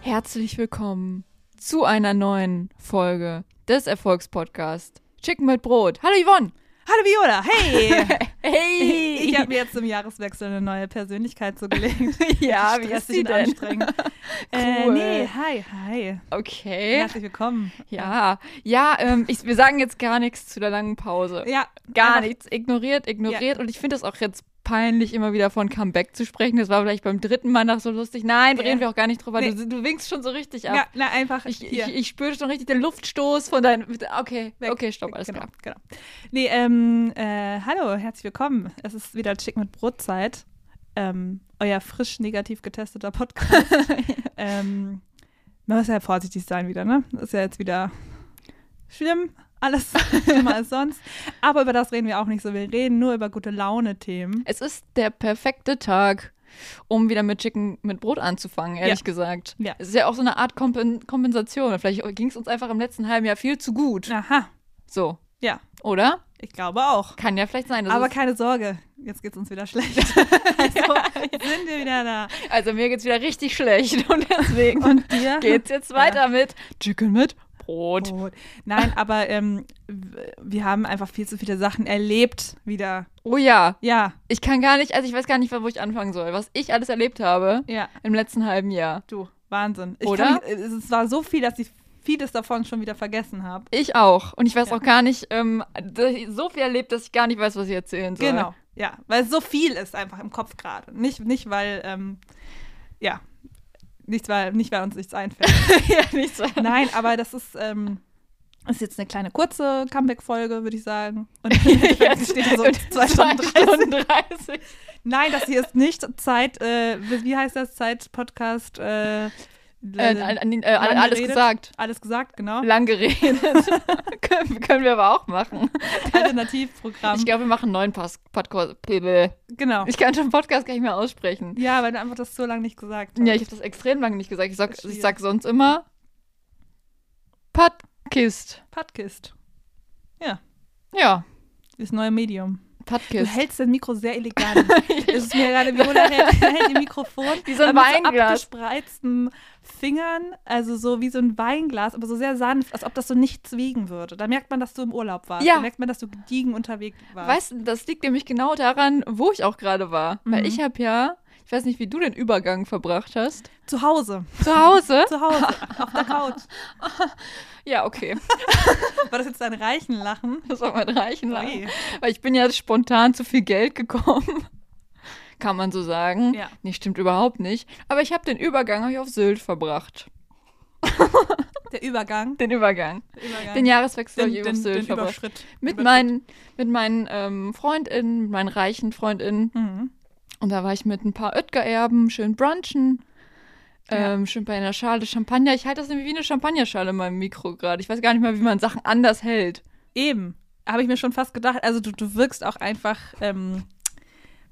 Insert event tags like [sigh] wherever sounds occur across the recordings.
herzlich willkommen zu einer neuen Folge des Erfolgspodcasts Chicken mit Brot. Hallo Yvonne! Hallo Viola, hey! [laughs] Hey! [laughs] Ich habe mir jetzt zum Jahreswechsel eine neue Persönlichkeit zugelegt. ja, [laughs] wie ist Stressig sie und denn? [laughs] anstrengend. Äh, Cool. nee, hi, hi. Okay. Herzlich willkommen. Ja, ja, ähm, ich, wir sagen jetzt gar nichts zu der langen Pause. Ja, Gar einfach- nichts. Ignoriert, ignoriert. Und ich finde das auch jetzt peinlich, immer wieder von Comeback zu sprechen. Das war vielleicht beim dritten Mal nach so lustig. Nein, Ja. reden wir auch gar nicht drüber. Nee. Du, du winkst schon so richtig ab. Ja, na, einfach. Ich, ich, hier. ich spüre schon richtig den Luftstoß von deinem. Okay, Weg. okay, stopp, alles genau, klar. Genau. Nee, ähm, äh, hallo, herzlich willkommen. Es ist wieder Chick mit Brotzeit. Ähm, euer frisch negativ getesteter Podcast. [laughs] ähm, man muss ja vorsichtig sein wieder, ne? Das ist ja jetzt wieder schlimm, [laughs] alles schlimmer als sonst. Aber über das reden wir auch nicht so. Wir reden nur über gute Laune-Themen. Es ist der perfekte Tag, um wieder mit Chicken mit Brot anzufangen, ehrlich Ja. gesagt. Ja. Es ist ja auch so eine Art Kompen Kompensation. Vielleicht ging es uns einfach im letzten halben Jahr viel zu gut. Aha, So, ja, oder? ich glaube auch. Kann ja vielleicht sein. dass Aber es- keine Sorge, jetzt geht's uns wieder schlecht. [laughs] also sind wir wieder da. also mir geht's wieder richtig schlecht [laughs] und deswegen Und dir? geht's jetzt weiter mit Chicken mit Brot. Brot. Nein, aber ähm, w- wir haben einfach viel zu viele Sachen erlebt wieder. Oh ja, Ja, ich kann gar nicht, also ich weiß gar nicht, wo ich anfangen soll, was ich alles erlebt habe ja, im letzten halben Jahr. du, Wahnsinn. Ich Oder? Kann mich, äh, es es war so viel, dass ich vieles davon schon wieder vergessen habe. Ich auch. Und ich weiß Ja. auch gar nicht, ähm, dass ich so viel erlebt, dass ich gar nicht weiß, was ich erzählen soll. Genau, ja, weil so viel ist einfach im Kopf gerade. Nicht, nicht weil, ähm, ja, nicht weil, nicht weil uns nichts einfällt. [laughs] ja, nicht so. Nein, aber das ist, ähm, ist jetzt eine kleine kurze Comeback-Folge, würde ich sagen. Und [laughs] Jetzt jetzt steht hier so zwei Stunden zwei 30. Stunden 30. Nein, das hier ist nicht Zeit, äh, wie wie heißt das? Zeit-Podcast. Äh, Äh, an- an- äh, lang alles geredet. gesagt. Alles gesagt, genau. [laughs] Lang geredet. [laughs] können, können wir aber auch machen. Alternativprogramm. Ich glaube, wir machen einen neuen Pas- Podcast. Ich Genau. kann schon Podcast gar nicht mehr aussprechen. Ja, weil du einfach das so lange nicht gesagt hast. Ja, ich habe das extrem lange nicht gesagt. Ich sag, Ist schwierig. ich sag sonst immer Podcast. Podcast. Ja, Das neue Medium. Du Podcast. hältst dein Mikro [laughs] sehr elegant. es ist mir gerade, Viola hält, hält ihr Mikrofon. Wie so ein aber mit Weinglas. So abgespreizten Fingern, also so wie so ein Weinglas, aber so sehr sanft, als ob das so nichts wiegen würde. Da merkt man, dass du im Urlaub warst. Ja. Da merkt man, dass du gediegen unterwegs warst. Weißt du, das liegt nämlich genau daran, wo ich auch gerade war. Weil Mhm. ich habe ja, ich weiß nicht, wie du den Übergang verbracht hast. Zu Hause. Zu [laughs] Hause? Zu Hause. auf der Couch. Ja, okay. [laughs] War das jetzt ein reichen Lachen? Das soll man reichen lassen. Ui. Weil ich bin ja spontan zu viel Geld gekommen. Kann man so sagen. Ja. Nee, stimmt überhaupt nicht. Aber ich habe den Übergang hab ich auf Sylt verbracht. Der Übergang. Den Übergang. Der Übergang. Den Jahreswechsel den, habe ich auf den, Sylt den verbracht. Überschritt. Mit Überschritt. meinen, mit meinen ähm, FreundInnen, mit meinen reichen FreundInnen. Mhm. Und da war ich mit ein paar Oetker-Erben, schön brunchen. Ja. Ähm, schön bei einer Schale Champagner. Ich halte das nämlich wie eine Champagnerschale in meinem Mikro gerade. Ich weiß gar nicht mal, wie man Sachen anders hält. Eben. Habe ich mir schon fast gedacht. Also, du, du wirkst auch einfach, ähm,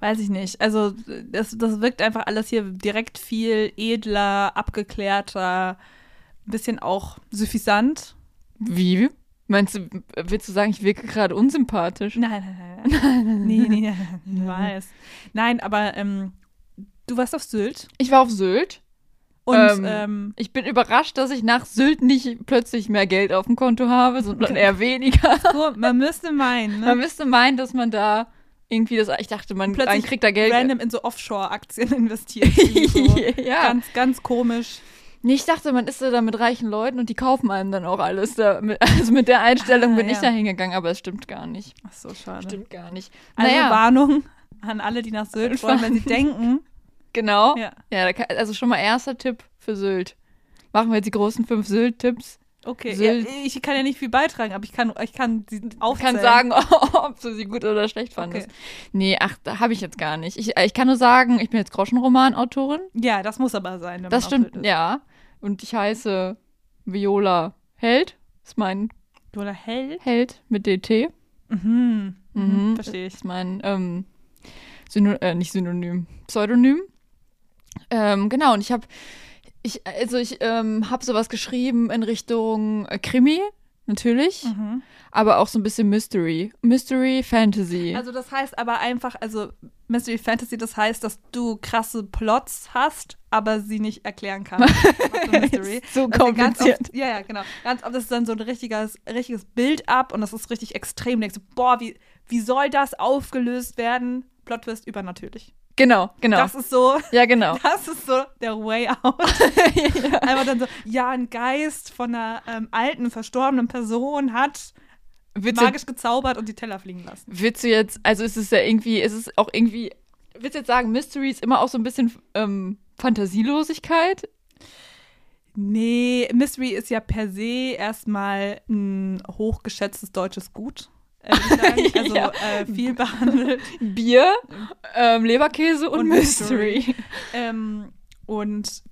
weiß ich nicht. Also, das, das wirkt einfach alles hier direkt viel edler, abgeklärter, ein bisschen auch suffisant. Wie? Meinst du, willst du sagen, ich wirke gerade unsympathisch? Nein, nein, nein. nein. nee, nee, nein, nein. Ich weiß. Nein, aber ähm, du warst auf Sylt Ich war auf Sylt. und Ähm, ähm, Ich bin überrascht, dass ich nach Sylt nicht plötzlich mehr Geld auf dem Konto habe, sondern eher weniger. so, man müsste meinen, ne? Man müsste meinen, dass man da irgendwie das. Ich dachte, man Plötzlich man kriegt da Geld. [laughs] random in so Offshore-Aktien [laughs] investiert. irgendwie so. Äh, ja. Ganz, ganz komisch. Nee, ich dachte, man ist so da mit reichen Leuten und die kaufen einem dann auch alles. Da mit, [laughs] also mit der Einstellung Ah, bin ich ja. da hingegangen, aber es stimmt gar nicht. ne? Ach so, schade. Stimmt gar nicht. Also naja, Warnung an alle, die nach Sylt [laughs] wollen, wenn sie denken. genau. Ja. Ja. da kann, also schon mal erster Tipp für Sylt. Machen wir jetzt die großen fünf Sylt-Tipps. Okay, Sylt. ja, ich kann ja nicht viel beitragen, aber ich kann, ich kann sie Ich aufzählen. kann sagen, [laughs] ob du sie gut oder schlecht fandest. Okay. Nee, ach, da habe ich jetzt gar nicht. Ich, ich kann nur sagen, ich bin jetzt Groschenromanautorin. Ja, das muss aber sein. Wenn Das man stimmt, Auf Sylt ist. ja. Und ich heiße Viola Held. Ist mein Oder hell. Held mit DT. Mhm. Mhm. Mhm. Verstehe ich. ist mein ähm, Syno äh, nicht Synonym, Pseudonym. Ähm, genau, und ich habe ich, also ich ähm, habe sowas geschrieben in Richtung äh, Krimi. natürlich, Mhm. aber auch so ein bisschen Mystery. Mystery, Fantasy. Also das heißt aber einfach, also Mystery Fantasy, das heißt, dass du krasse Plots hast, aber sie nicht erklären [laughs] kannst. Also Mystery. Ist so [laughs] Also ganz kompliziert. oft, ja, ja, genau. Ganz oft ist dann so ein richtiges, richtiges Bild ab und das ist richtig extrem. Du denkst, du, boah, wie, wie soll das aufgelöst werden? Plot Twist übernatürlich. Genau, genau. Das ist so, ja, genau. [laughs] das ist so der Way [laughs] out. Einfach dann so, ja, ein Geist von einer ähm, alten, verstorbenen Person hat Willst du, magisch gezaubert und die Teller fliegen lassen. willst du jetzt, also ist es ja irgendwie, ist es auch irgendwie, willst du jetzt sagen, Mystery ist immer auch so ein bisschen ähm, Fantasielosigkeit? Nee, Mystery ist ja per se erstmal ein hochgeschätztes deutsches Gut. äh, würde [laughs] ich sagen. Also Ja. äh, viel behandelt. Bier, ähm, Leberkäse und, Und Mystery. Ähm, und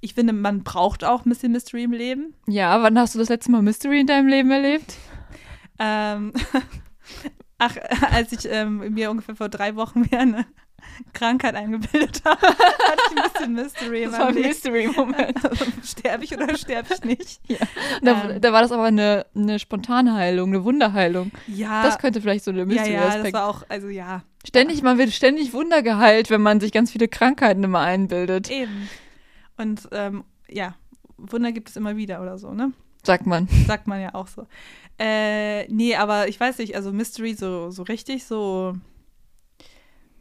ich finde, man braucht auch ein bisschen Mystery im Leben. Ja, wann hast du das letzte Mal Mystery in deinem Leben erlebt? Ähm, [laughs] ach, als ich ähm, mir ungefähr vor drei Wochen wieder eine Krankheit eingebildet habe, [laughs] hatte ich ein bisschen Mystery in Das war ein meinem Leben. [laughs] Mystery-Moment. Sterbe ich oder sterbe ich nicht? Da, Ähm. da war das aber eine, eine Spontanheilung, eine Wunderheilung. Ja, Das könnte vielleicht so eine Ah. ja, ja, Mystery-Aspekt das war auch, also ja, Ständig, man wird ständig Wunder geheilt, wenn man sich ganz viele Krankheiten immer einbildet, eben. Und ähm, ja, Wunder gibt es immer wieder oder so, ne? sagt man. Sagt man ja auch so. Äh, nee, aber ich weiß nicht, also Mystery so, so richtig, so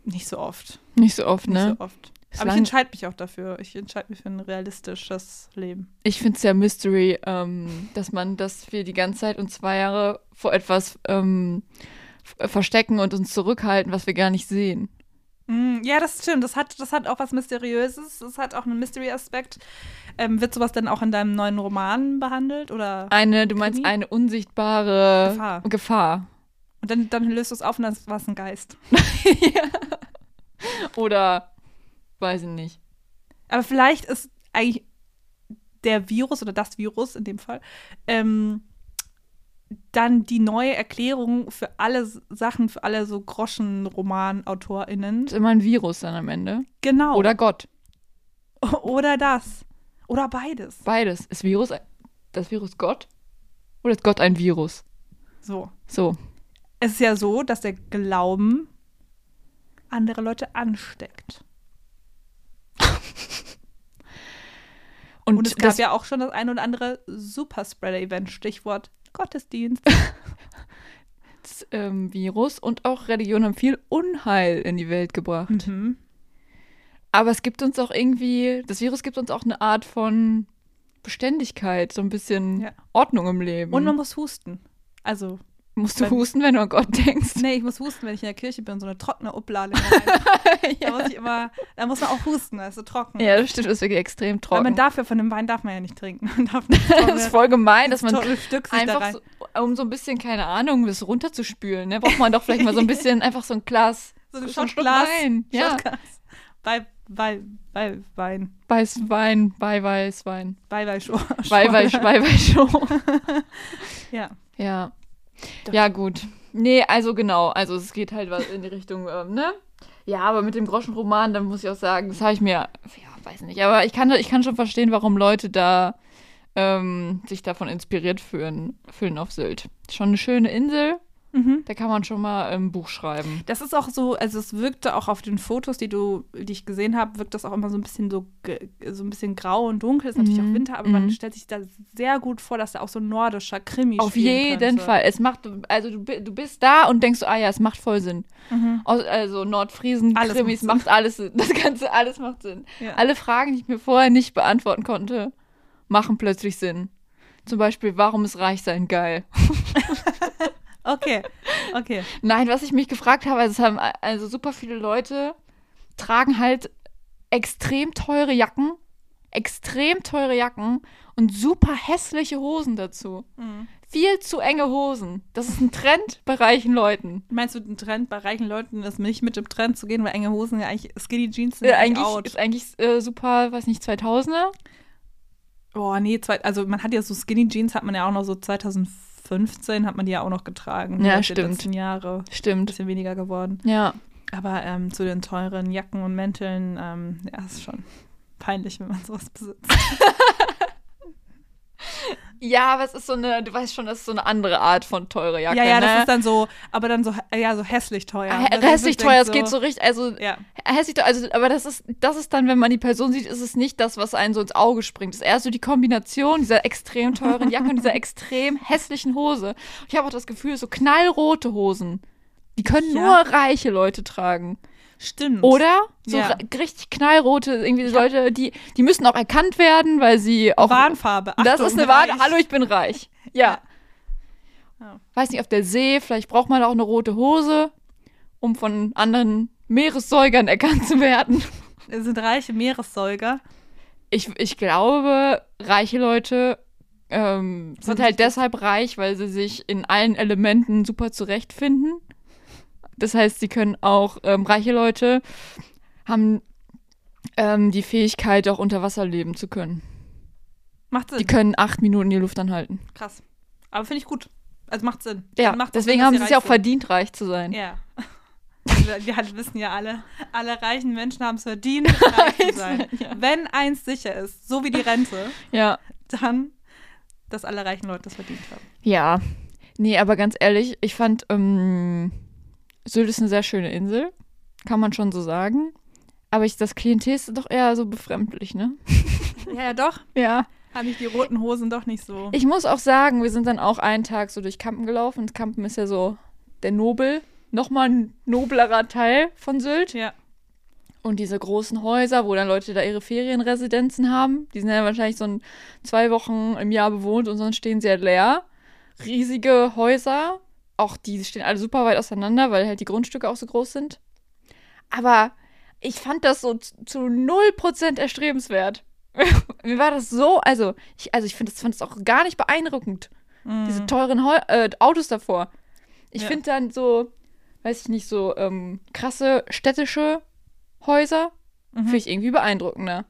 nicht so oft. Nicht so oft, Nicht ne? so oft. Ist Aber ich lang- entscheide mich auch dafür. Ich entscheide mich für ein realistisches Leben. Ich finde es ja Mystery, ähm, dass man, dass wir die ganze Zeit uns zwei Jahre vor etwas ähm, f- verstecken und uns zurückhalten, was wir gar nicht sehen. Mm, ja, das stimmt. Das hat, das hat auch was Mysteriöses. Das hat auch einen Mystery-Aspekt. Ähm, wird sowas denn auch in deinem neuen Roman behandelt? Oder? Eine, du meinst Krimi? eine unsichtbare Gefahr. Gefahr. Und dann, dann löst du es auf und dann war es ein Geist. Oder weiß ich nicht. Aber vielleicht ist eigentlich der Virus oder das Virus in dem Fall ähm, dann die neue Erklärung für alle S- Sachen, für alle so Groschen-Roman-AutorInnen. Ist immer ein Virus dann am Ende. Genau. Oder Gott. [laughs] oder das. Oder beides. Beides. Ist Virus ein- das Virus Gott? Oder ist Gott ein Virus? So. So. Es ist ja so, dass der Glauben andere Leute ansteckt. Und, Und, es gab das ja auch schon das ein oder andere Superspreader-Event, Stichwort Gottesdienst. das, ähm, Virus und auch Religion haben viel Unheil in die Welt gebracht. Mhm. Aber es gibt uns auch irgendwie, das Virus gibt uns auch eine Art von Beständigkeit, so ein bisschen Ja. Ordnung im Leben. Und man muss husten. Also, musst du beim- husten, wenn du an Gott denkst. nee, ich muss husten, wenn ich in der Kirche bin, so eine trockene Oblade. [laughs] da muss ich immer, da muss man auch husten, da ist so trocken. [laughs] Ja, das stimmt, das ist wirklich extrem Weil man trocken. darf ja von dem Wein darf man ja nicht trinken. [laughs] Man darf nicht [laughs] das ist voll gemein, dass man ein Stück sich da einfach, rein. so, um so ein bisschen, keine Ahnung, das runterzuspülen, ne, braucht man doch vielleicht mal so ein [laughs] bisschen, einfach so ein Glas, So so ein ein Schluck Schottglas. Wein. Ja, Schottglas. Bei, bei, bei Wein. Weißwein, bei Weißwein, Bei, bei, Schor. bei Weiß- bei Weißwein. [laughs] Ja. Ja. Doch. Ja, gut. Nee, also genau. Also es geht halt was in die Richtung, ähm, ne? Ja, aber mit dem Groschenroman, dann muss ich auch sagen, das habe ich mir, ja, weiß nicht, aber ich kann, ich kann schon verstehen, warum Leute da ähm, sich davon inspiriert fühlen, fühlen auf Sylt. Schon eine schöne Insel, Mhm. da kann man schon mal ähm, ein Buch schreiben. Das ist auch so, also es wirkte auch auf den Fotos, die du, die ich gesehen habe, wirkt das auch immer so ein bisschen so, ge- so ein bisschen grau und dunkel. Ist natürlich Mhm, auch Winter, aber mhm. man stellt sich da sehr gut vor, dass da auch so ein nordischer Krimi Auf spielen halt. jeden könnte. Fall. Es macht, also du, bi- du bist da und denkst so, ah ja, es macht voll Sinn. Mhm. Aus, also Nordfriesen, Alles Krimis, macht macht alles [laughs] Sinn. Das Ganze, alles macht Sinn. Ja. Alle Fragen, die ich mir vorher nicht beantworten konnte, machen plötzlich Sinn. Zum Beispiel, warum ist reich sein geil? Okay, okay. Nein, was ich mich gefragt habe, also es haben a- also super viele Leute tragen halt extrem teure Jacken, extrem teure Jacken und super hässliche Hosen dazu. Mhm. Viel zu enge Hosen. Das ist ein Trend bei reichen Leuten. Meinst du, den Trend bei reichen Leuten ist nicht mit dem Trend zu gehen, weil enge Hosen ja eigentlich Skinny Jeans sind Äh, ja eigentlich eigentlich out. ist eigentlich äh, super, weiß nicht, 2000er. Boah, nee, zwei, also man hat ja so Skinny Jeans hat man ja auch noch so 2015 hat man die ja auch noch getragen. Ja, Die stimmt. letzten Jahre. Ein Stimmt. bisschen weniger geworden. Ja. Aber ähm, zu den teuren Jacken und Mänteln, ähm, ja, ist schon peinlich, wenn man sowas besitzt. Ja, aber es ist so eine, du weißt schon, das ist so eine andere Art von teure Jacke. ja, ja, ne? das ist dann so, aber dann so, ja, so hässlich teuer. Ne, Hä- Das ist Ah, hässlich so- teuer, es geht so richtig, also Ja. hässlich teuer, also, aber das ist, das ist dann, wenn man die Person sieht, ist es nicht das, was einem so ins Auge springt. Es ist eher so die Kombination dieser extrem teuren Jacke und dieser extrem hässlichen Hose. Ich habe auch das Gefühl, so knallrote Hosen, die können Ja. nur reiche Leute tragen. Stimmt. Oder? So Ja. ra- richtig knallrote, irgendwie Leute, die, die müssen auch erkannt werden, weil sie auch. Warnfarbe. Achtung, das ist eine reich. Warnfarbe. Hallo, ich bin reich. Ja. Ja. Weiß nicht, auf der See, vielleicht braucht man auch eine rote Hose, um von anderen Meeressäugern erkannt zu werden. Es sind reiche Meeressäuger. Ich, ich glaube, reiche Leute ähm, sind halt deshalb reich, weil sie sich in allen Elementen super zurechtfinden. Das heißt, sie können auch, ähm, reiche Leute haben ähm, die Fähigkeit, auch unter Wasser leben zu können. Macht Sinn. Die können acht Minuten die Luft anhalten. Krass. Aber finde ich gut. Also macht Sinn. Ja, Dann macht deswegen Sinn, haben sie dass es ja auch reich verdient, reich zu sein. sind. Ja. [laughs] Wir, wir halt wissen ja alle, alle reichen Menschen haben [laughs] es verdient, reich zu sein. Wenn eins sicher ist, so wie die Rente, Ja. dann, dass alle reichen Leute das verdient haben. Ja. Nee, aber ganz ehrlich, ich fand, ähm, Sylt ist eine sehr schöne Insel. Kann man schon so sagen. Aber ich, das Klientel ist doch eher so befremdlich, ne? Ja, ja, doch. Ja. Habe ich die roten Hosen doch nicht so. Ich muss auch sagen, wir sind dann auch einen Tag so durch Kampen gelaufen. Und Kampen ist ja so der Nobel, nochmal ein noblerer Teil von Sylt. Ja. Und diese großen Häuser, wo dann Leute da ihre Ferienresidenzen haben, die sind ja wahrscheinlich so ein, zwei Wochen im Jahr bewohnt und sonst stehen sie ja leer. Riesige Häuser, auch die stehen alle super weit auseinander, weil halt die Grundstücke auch so groß sind. Aber ich fand das so zu zu 0% erstrebenswert. [laughs] Mir war das so, also ich, also ich find das, fand das auch gar nicht beeindruckend Mhm. diese teuren Heu äh, Autos davor. Ich Ja. finde dann so, weiß ich nicht, so ähm, krasse städtische Häuser Mhm. finde ich irgendwie beeindruckender.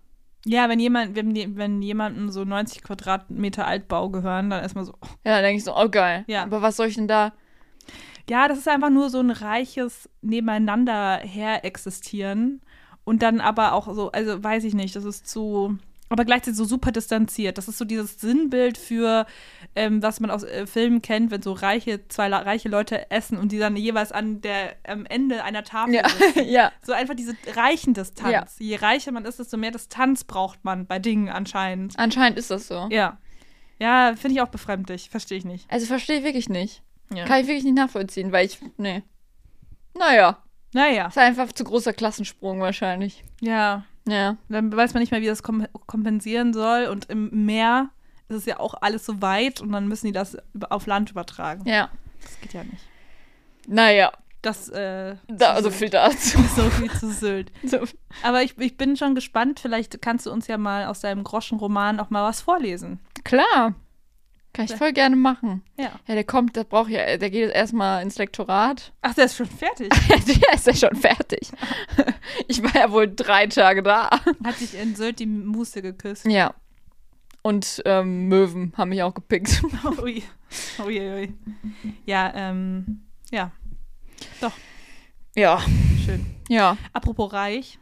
ja, wenn jemand, wenn, die- wenn jemandem so 90 Quadratmeter Altbau gehören, dann ist man so, Ja, dann denke ich so, oh geil. Ja. Aber was soll ich denn da? Ja, das ist einfach nur so ein reiches Nebeneinander her existieren. Und dann aber auch so, also weiß ich nicht, das ist zu. Aber gleichzeitig so super distanziert. Das ist so dieses Sinnbild für, ähm, was man aus äh, Filmen kennt, wenn so reiche, zwei la- reiche Leute essen und die dann jeweils an der, am Ende einer Tafel Ja, [laughs] sitzen. ja. So einfach diese reichen Distanz. Ja. Je reicher man ist, desto mehr Distanz braucht man bei Dingen anscheinend. Anscheinend ist das so. Ja. Ja, finde ich auch befremdlich. Verstehe ich nicht. Also verstehe ich wirklich nicht. Ja. Kann ich wirklich nicht nachvollziehen, weil ich, nee. Naja, Naja. ist einfach zu großer Klassensprung wahrscheinlich. Ja. Ja. Dann weiß man nicht mehr, wie das kom kompensieren soll. Und im Meer ist es ja auch alles so weit und dann müssen die das über- auf Land übertragen. Ja. Das geht ja nicht. Naja, Das, äh, da, zu also [laughs] Sylt. viel dazu. [laughs] so viel zu Sylt. So. Aber ich, ich bin schon gespannt. Vielleicht kannst du uns ja mal aus deinem Groschenroman auch mal was vorlesen. Klar. Kann ich voll gerne machen. Ja. Ja, der kommt, der braucht ja, der geht jetzt erstmal ins [laughs] Lektorat. Ach, der ist schon fertig. der ist ja schon fertig. [laughs] Ich war ja wohl drei Tage da. Hat sich in Sylt die Muße geküsst. Ja. Und ähm, Möwen haben mich auch gepickt. [laughs] Ui. Ui, ui, ui. Ja, ähm, ja, Ja, schön. ja. Apropos reich,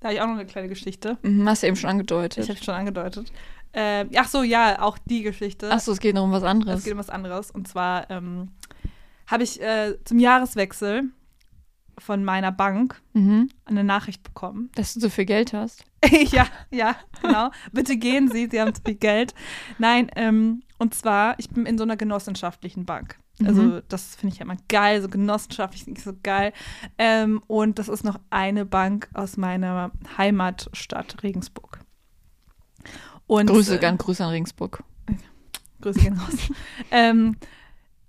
da habe ich auch noch eine kleine Geschichte. Mhm, Hast du eben schon Ich angedeutet. habe schon angedeutet. Ähm, ach so, ja, auch die Geschichte. Achso, es geht noch um was Es anderes. geht um was anderes. Und zwar ähm, habe ich äh, zum Jahreswechsel von meiner Bank Mhm. eine Nachricht bekommen. [laughs] Dass du so viel Geld hast. ja, ja, genau. Bitte gehen Sie, Sie haben zu viel Geld. Nein, ähm, und zwar, ich bin in so einer genossenschaftlichen Bank. Also, das finde ich ja immer geil, so genossenschaftlich ist so geil. Ähm, und das ist noch eine Bank aus meiner Heimatstadt Regensburg. Und, Grüße, äh, gern Grüße an Ringsburg. Grüße gehen raus. ähm,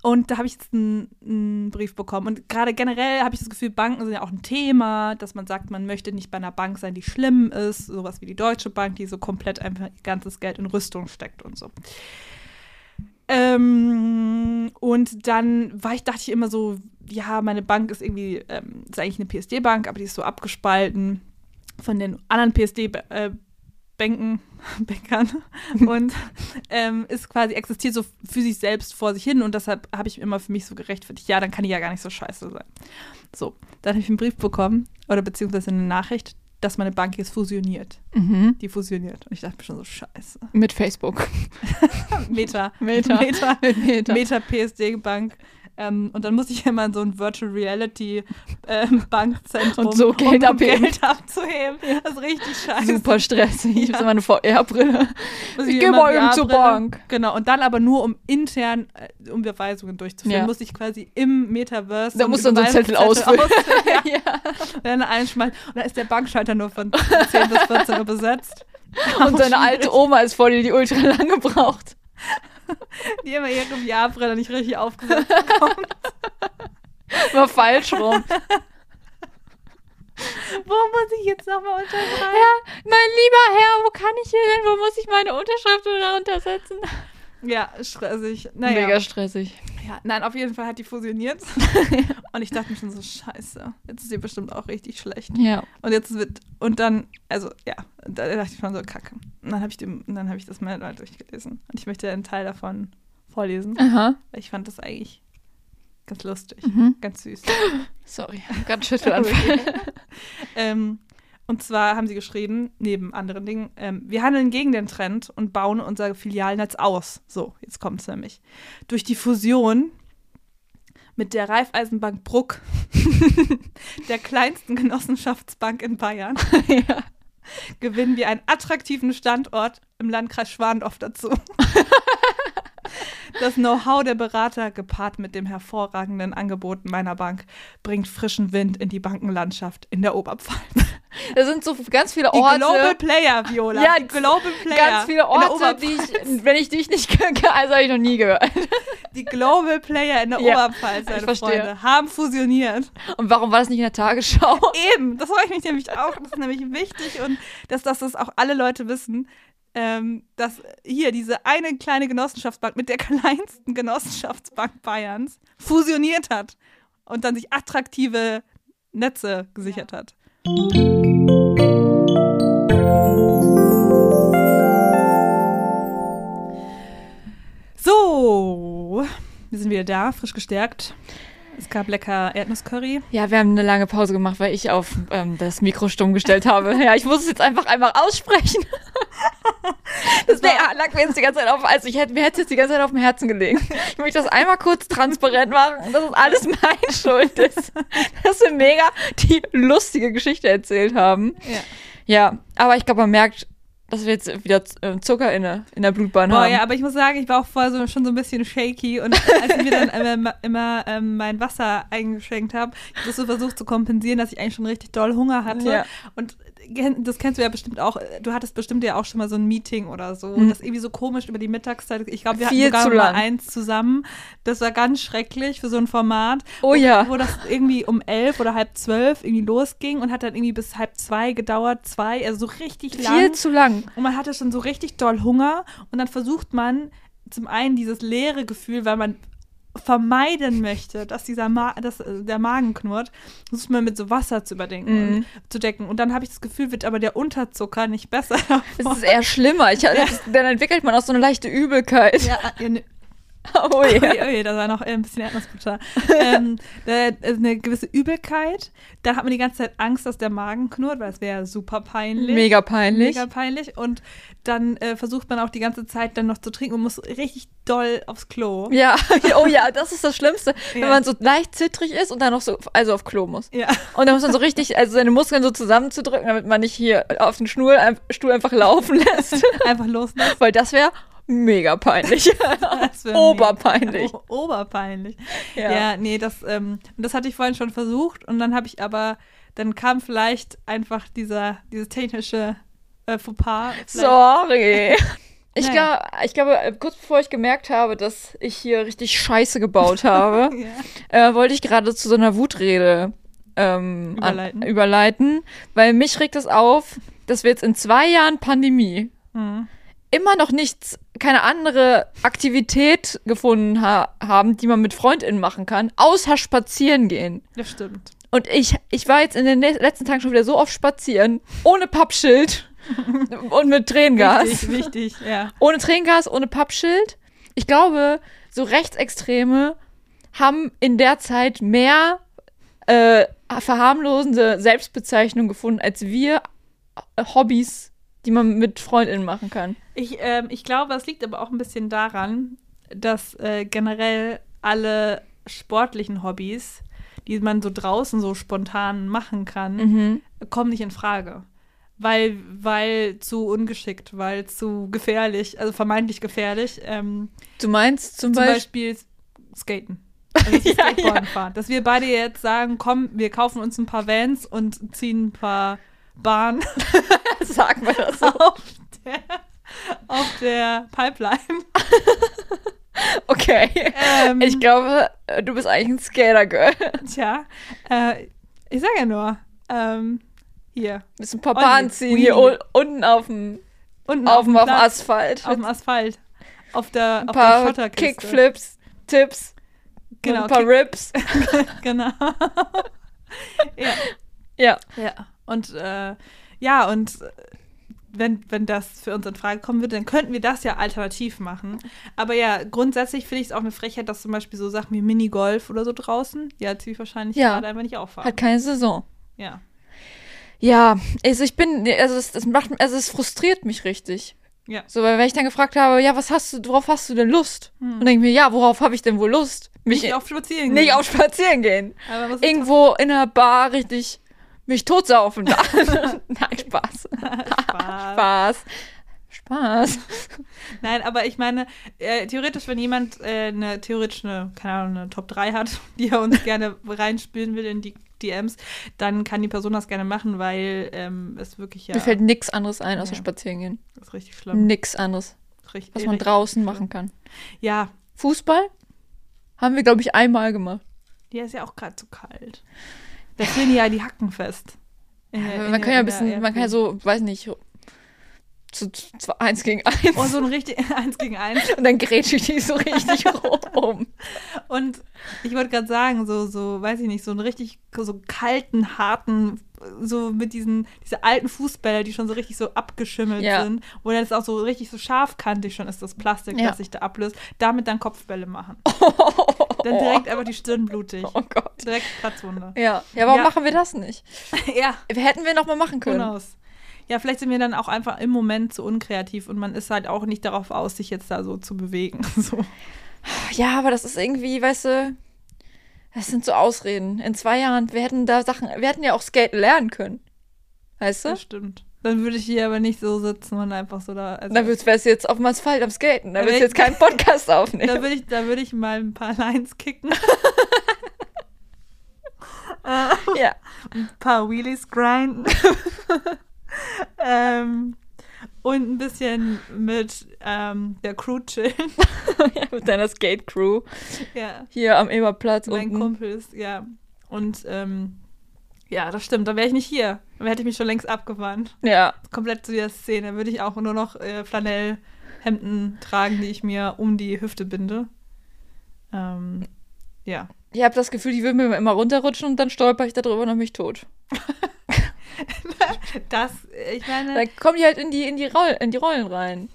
und da habe ich jetzt einen- einen Brief bekommen. Und gerade generell habe ich das Gefühl, Banken sind ja auch ein Thema, dass man sagt, man möchte nicht bei einer Bank sein, die schlimm ist. Sowas wie die Deutsche Bank, die so komplett einfach ihr ganzes Geld in Rüstung steckt und so. Ähm, und dann war ich, dachte ich immer so, ja, meine Bank ist irgendwie, ähm, ist eigentlich eine PSD-Bank, aber die ist so abgespalten von den anderen PSD-Bänken, äh, [laughs] Bänkern. [laughs] Und ähm, ist quasi existiert so für sich selbst vor sich hin und deshalb habe ich immer für mich so gerechtfertigt, ja, dann kann die ja gar nicht so scheiße sein. So, dann habe ich einen Brief bekommen oder beziehungsweise eine Nachricht, dass meine Bank jetzt fusioniert. Mhm. Die fusioniert. Und ich dachte mir schon [laughs] so, scheiße. Mit Facebook. Meta. Meta. Meta. Mit [laughs] Meta. Meta PSD Bank. Ähm, und dann muss ich immer in so ein Virtual Reality ähm, Bankzentrum, Und so Geld um abheben. Geld abzuheben. Das ist richtig scheiße. Super stressig. Ich habe so meine VR-Brille. Muss Ich geh immer mal eben VR zur Brille. Bank. Genau, und dann aber nur, um intern äh, um Überweisungen durchzuführen, Ja. muss ich quasi im Metaverse. um Da musst du dann so einen Zettel [laughs] ausfüllen. [laughs] ja. ja. Dann einschmeißen. Und dann ist der Bankschalter nur von 10 bis 14 Uhr besetzt. [laughs] Und [laughs] deine Oh, alte Oma ist vor dir, die ultra lange braucht. Die immer ihre Jahrbrille nicht richtig aufgesetzt [laughs] War falsch rum. Wo muss ich jetzt nochmal unterschreiben? mein lieber Herr, wo kann ich hier hin? Wo muss ich meine Unterschrift darunter setzen? Ja, stressig. Naja. Mega stressig. Ja, nein, auf jeden Fall hat die fusioniert. [laughs] und ich dachte mir schon so, scheiße, jetzt ist die bestimmt auch richtig schlecht. Ja. Und jetzt wird, und dann, also ja, da dachte ich schon so, kacke. Und dann habe ich, dem- und dann hab ich das mal durchgelesen. Und ich möchte einen Teil davon vorlesen, Aha. weil ich fand das eigentlich ganz lustig, Mhm. ganz süß. Sorry. Ganz Schüttelanfall. ähm, und zwar haben sie geschrieben, neben anderen Dingen, ähm, wir handeln gegen den Trend und bauen unser Filialnetz aus. So, jetzt kommt es nämlich. Durch die Fusion mit der Raiffeisenbank Bruck, [laughs] der kleinsten Genossenschaftsbank in Bayern, gewinnen wir einen attraktiven Standort im Landkreis Schwandorf dazu. Das Know-how der Berater, gepaart mit dem hervorragenden Angebot meiner Bank, bringt frischen Wind in die Bankenlandschaft in der Oberpfalz. [laughs] Da sind so ganz viele Die Orte. Global Player, Viola. Ja, die Global Player. Ganz viele in der Orte, Oberpfalz. die ich, wenn ich dich nicht [laughs] kenne, also habe ich noch nie gehört. Die Global Player in der Ja, Oberpfalz, ich meine verstehe. Freunde, haben fusioniert. Und warum war das nicht in der Tagesschau? Eben, das freue ich mich nämlich auch. Das ist nämlich wichtig und dass, dass das auch alle Leute wissen, ähm, dass hier diese eine kleine Genossenschaftsbank mit der [laughs] kleinsten Genossenschaftsbank Bayerns fusioniert hat und dann sich attraktive Netze gesichert hat. So, wir sind wieder da, frisch gestärkt. Es gab lecker Erdnusscurry. Ja, wir haben eine lange Pause gemacht, weil ich auf ähm, das Mikro stumm gestellt habe. Ja, ich muss es jetzt einfach einmal [laughs] aussprechen. Das wär, lag mir jetzt die ganze Zeit auf, also ich hätte, mir hätte jetzt die ganze Zeit auf dem Herzen gelegen. Ich möchte das einmal kurz transparent machen, dass es alles meine Schuld ist. Dass wir mega die lustige Geschichte erzählt haben. Ja. Ja, aber ich glaube, man merkt, dass wir jetzt wieder äh, Zucker in der, in der Blutbahn Boah, haben. ja, aber ich muss sagen, ich war auch voll so, schon so ein bisschen [laughs] shaky und als ich mir dann immer, immer ähm, mein Wasser eingeschenkt habe, ich hab das so versucht zu kompensieren, dass ich eigentlich schon richtig doll Hunger hatte. Ja. Und gen- das kennst du ja bestimmt auch, äh, du hattest bestimmt ja auch schon mal so ein Meeting oder so, das irgendwie so komisch über die Mittagszeit, ich glaube, wir hatten Hm. Viel sogar zu noch mal lang. eins zusammen, das war ganz schrecklich für so ein Format, Oh ja. wo das irgendwie um elf oder halb zwölf irgendwie losging und hat dann irgendwie bis halb zwei gedauert, zwei, also so richtig lang. Viel zu lang. Und man hatte schon so richtig doll Hunger und dann versucht man zum einen dieses leere Gefühl, weil man vermeiden möchte, dass dieser Ma dass äh, der Magen knurrt, versucht man mit so Wasser zu überdenken, Mhm. und zu decken. Und dann habe ich das Gefühl, wird aber der Unterzucker nicht besser. [laughs] Es ist eher schlimmer. [laughs] Ich, das, dann entwickelt man auch so eine leichte Übelkeit. ja, ja, ne, [laughs] Oh ja. Ui, ui, da war noch äh, ein bisschen Erdnussbutter. [laughs] ähm, da ist eine gewisse Übelkeit. Dann hat man die ganze Zeit Angst, dass der Magen knurrt, weil es wäre super peinlich. Mega peinlich. Mega peinlich. Und dann äh, versucht man auch die ganze Zeit dann noch zu trinken und muss richtig doll aufs Klo. Ja, [laughs] oh ja, das ist das Schlimmste. Ja. Wenn man so leicht zittrig ist und dann noch so, also auf Klo muss. Ja. [laughs] Und dann muss man so richtig, also seine Muskeln so zusammenzudrücken, damit man nicht hier auf den Schnur, Stuhl einfach laufen [laughs] lässt. Einfach los. Weil das wäre mega [laughs] peinlich. [laughs] Das wär Oberpeinlich. mega- O oberpeinlich. Ja, Ja. nee, das, ähm, und das hatte ich vorhin schon versucht und dann habe ich aber, dann kam vielleicht einfach dieser, dieses technische äh, Fauxpas. Vielleicht- Sorry. Ich, Naja. glaub, ich glaube, äh, kurz bevor ich gemerkt habe, dass ich hier richtig Scheiße gebaut habe, [laughs] Ja. äh, wollte ich gerade zu so einer Wutrede ähm, Überleiten. An, überleiten, weil mich regt es auf, dass wir jetzt in zwei Jahren Pandemie Mhm. immer noch nichts, keine andere Aktivität gefunden ha haben, die man mit FreundInnen machen kann, außer spazieren gehen. Das stimmt. Und ich, ich war jetzt in den le- letzten Tagen schon wieder so oft spazieren, ohne Pappschild und mit Tränengas. Wichtig, wichtig, ja. Ohne Tränengas, ohne Pappschild. Ich glaube, so Rechtsextreme haben in der Zeit mehr äh, verharmlosende Selbstbezeichnung gefunden, als wir Hobbys, die man mit FreundInnen machen kann. Ich, ähm, ich glaube, es liegt aber auch ein bisschen daran, dass äh, generell alle sportlichen Hobbys, die man so draußen so spontan machen kann, Mhm. kommen nicht in Frage. Weil, weil zu ungeschickt, weil zu gefährlich, also vermeintlich gefährlich. Ähm, Du meinst zum, zum Beispiel. Beispiel Skaten. Also dass wir [laughs] Ja, Skateboarden fahren. Dass wir beide jetzt sagen, komm, wir kaufen uns ein paar Vans und ziehen ein paar Bahnen [laughs] Sagen wir das so. auf der, auf der Pipeline. [laughs] Okay. Ähm, Ich glaube, äh, du bist eigentlich ein Skater-Girl. Tja, äh, ich sage ja nur, ähm, hier, Bist ein paar Oh, Bahnen nee. ziehen hier Ui. un- unten auf dem, unten auf dem, auf dem Platz, Asphalt. auf dem Asphalt, auf der, ein auf der paar Schotterkiste. Kickflips, Tipps, Genau, ein paar Kick- [laughs] Rips. genau. [laughs] ja. Ja. ja. Und äh, ja, und äh, wenn, wenn das für uns in Frage kommen würde, dann könnten wir das ja alternativ machen. Aber ja, grundsätzlich finde ich es auch eine Frechheit, dass zum Beispiel so Sachen wie Minigolf oder so draußen, ja, ziemlich wahrscheinlich Ja. gerade einfach nicht auffahren. Hat keine Saison. Ja. Ja, also ich bin, also das, das macht, also es frustriert mich richtig. Ja. So, weil wenn ich dann gefragt habe, ja, was hast du, worauf hast du denn Lust? Hm. Und denke mir, ja, worauf habe ich denn wohl Lust? Mich Nicht auf Spazieren. nicht gehen. auf Spazieren gehen. Aber was ist Irgendwo in einer Bar richtig mich totsaufen. [laughs] [laughs] Nein, Spaß. Spaß. Spaß. Spaß. Nein, aber ich meine, äh, theoretisch, wenn jemand äh, eine, theoretisch eine, keine Ahnung, eine Top 3 hat, [laughs] die [laughs] er uns gerne reinspielen will in die DMs, dann kann die Person das gerne machen, weil ähm, es wirklich ja. Mir fällt nichts anderes ein, außer Ja. spazieren gehen. das ist richtig schlimm. Nix anderes, Richtig, was man richtig draußen schlimm. machen kann. Ja, Fußball haben wir, glaube ich, einmal gemacht. ja, ist ja auch gerade zu kalt. Da frieren die ja die Hacken fest. In der- in man der- kann ja ein in der bisschen, man kann ja RP. so, weiß nicht, zu, zu, zu eins gegen eins. Oh, so ein richtig [laughs] eins gegen eins. [laughs] Und dann grätsche ich die so [laughs] richtig rum. Und ich wollte gerade sagen, so, so, weiß ich nicht, so einen richtig so kalten, harten, so mit diesen, diese alten Fußbälle, die schon so richtig so abgeschimmelt Ja. sind, wo dann ist auch so richtig so scharfkantig schon ist das Plastik, Ja. das sich da ablöst, damit dann Kopfbälle machen. Dann direkt einfach die Stirn blutig. [laughs] Oh Gott. Direkt [laughs] Platzwunde. Ja, ja warum Ja. machen wir das nicht? ja, Hätten wir noch mal machen können. genau. Ja, vielleicht sind wir dann auch einfach im Moment zu unkreativ und man ist halt auch nicht darauf aus, sich jetzt da so zu bewegen. [laughs] So. Ja, aber das ist irgendwie, weißt du, das sind so Ausreden. In zwei Jahren, wir hätten da Sachen, wir hätten ja auch Skaten lernen können. Weißt du? Das stimmt. Dann würde ich hier aber nicht so sitzen und einfach so da. also- Dann wärst wärst du jetzt auf dem Asphalt am Skaten. Dann Da würdest du wär jetzt keinen [laughs] Podcast [laughs] Da aufnehmen. würde ich, da würd ich mal ein paar [laughs] Lines kicken, Ja. ein paar Wheelies grinden. ähm, und ein bisschen mit ähm, der Crew chillen. [laughs] [laughs] ja, mit deiner Skate-Crew ja, hier am Eberplatz meinen unten. Kumpels, ja. Und ähm, ja, das stimmt, da wäre ich nicht hier. Dann hätte ich mich schon längst abgewandt. Ja, Komplett zu der Szene würde ich auch nur noch äh, Flanellhemden tragen, die ich mir um die Hüfte binde. Ähm, ja. ich habe das Gefühl, die würden mir immer runterrutschen und dann stolper ich darüber noch mich tot. Das, äh, ich meine. Dann kommen die halt in die, in die, Roll, in die Rollen rein.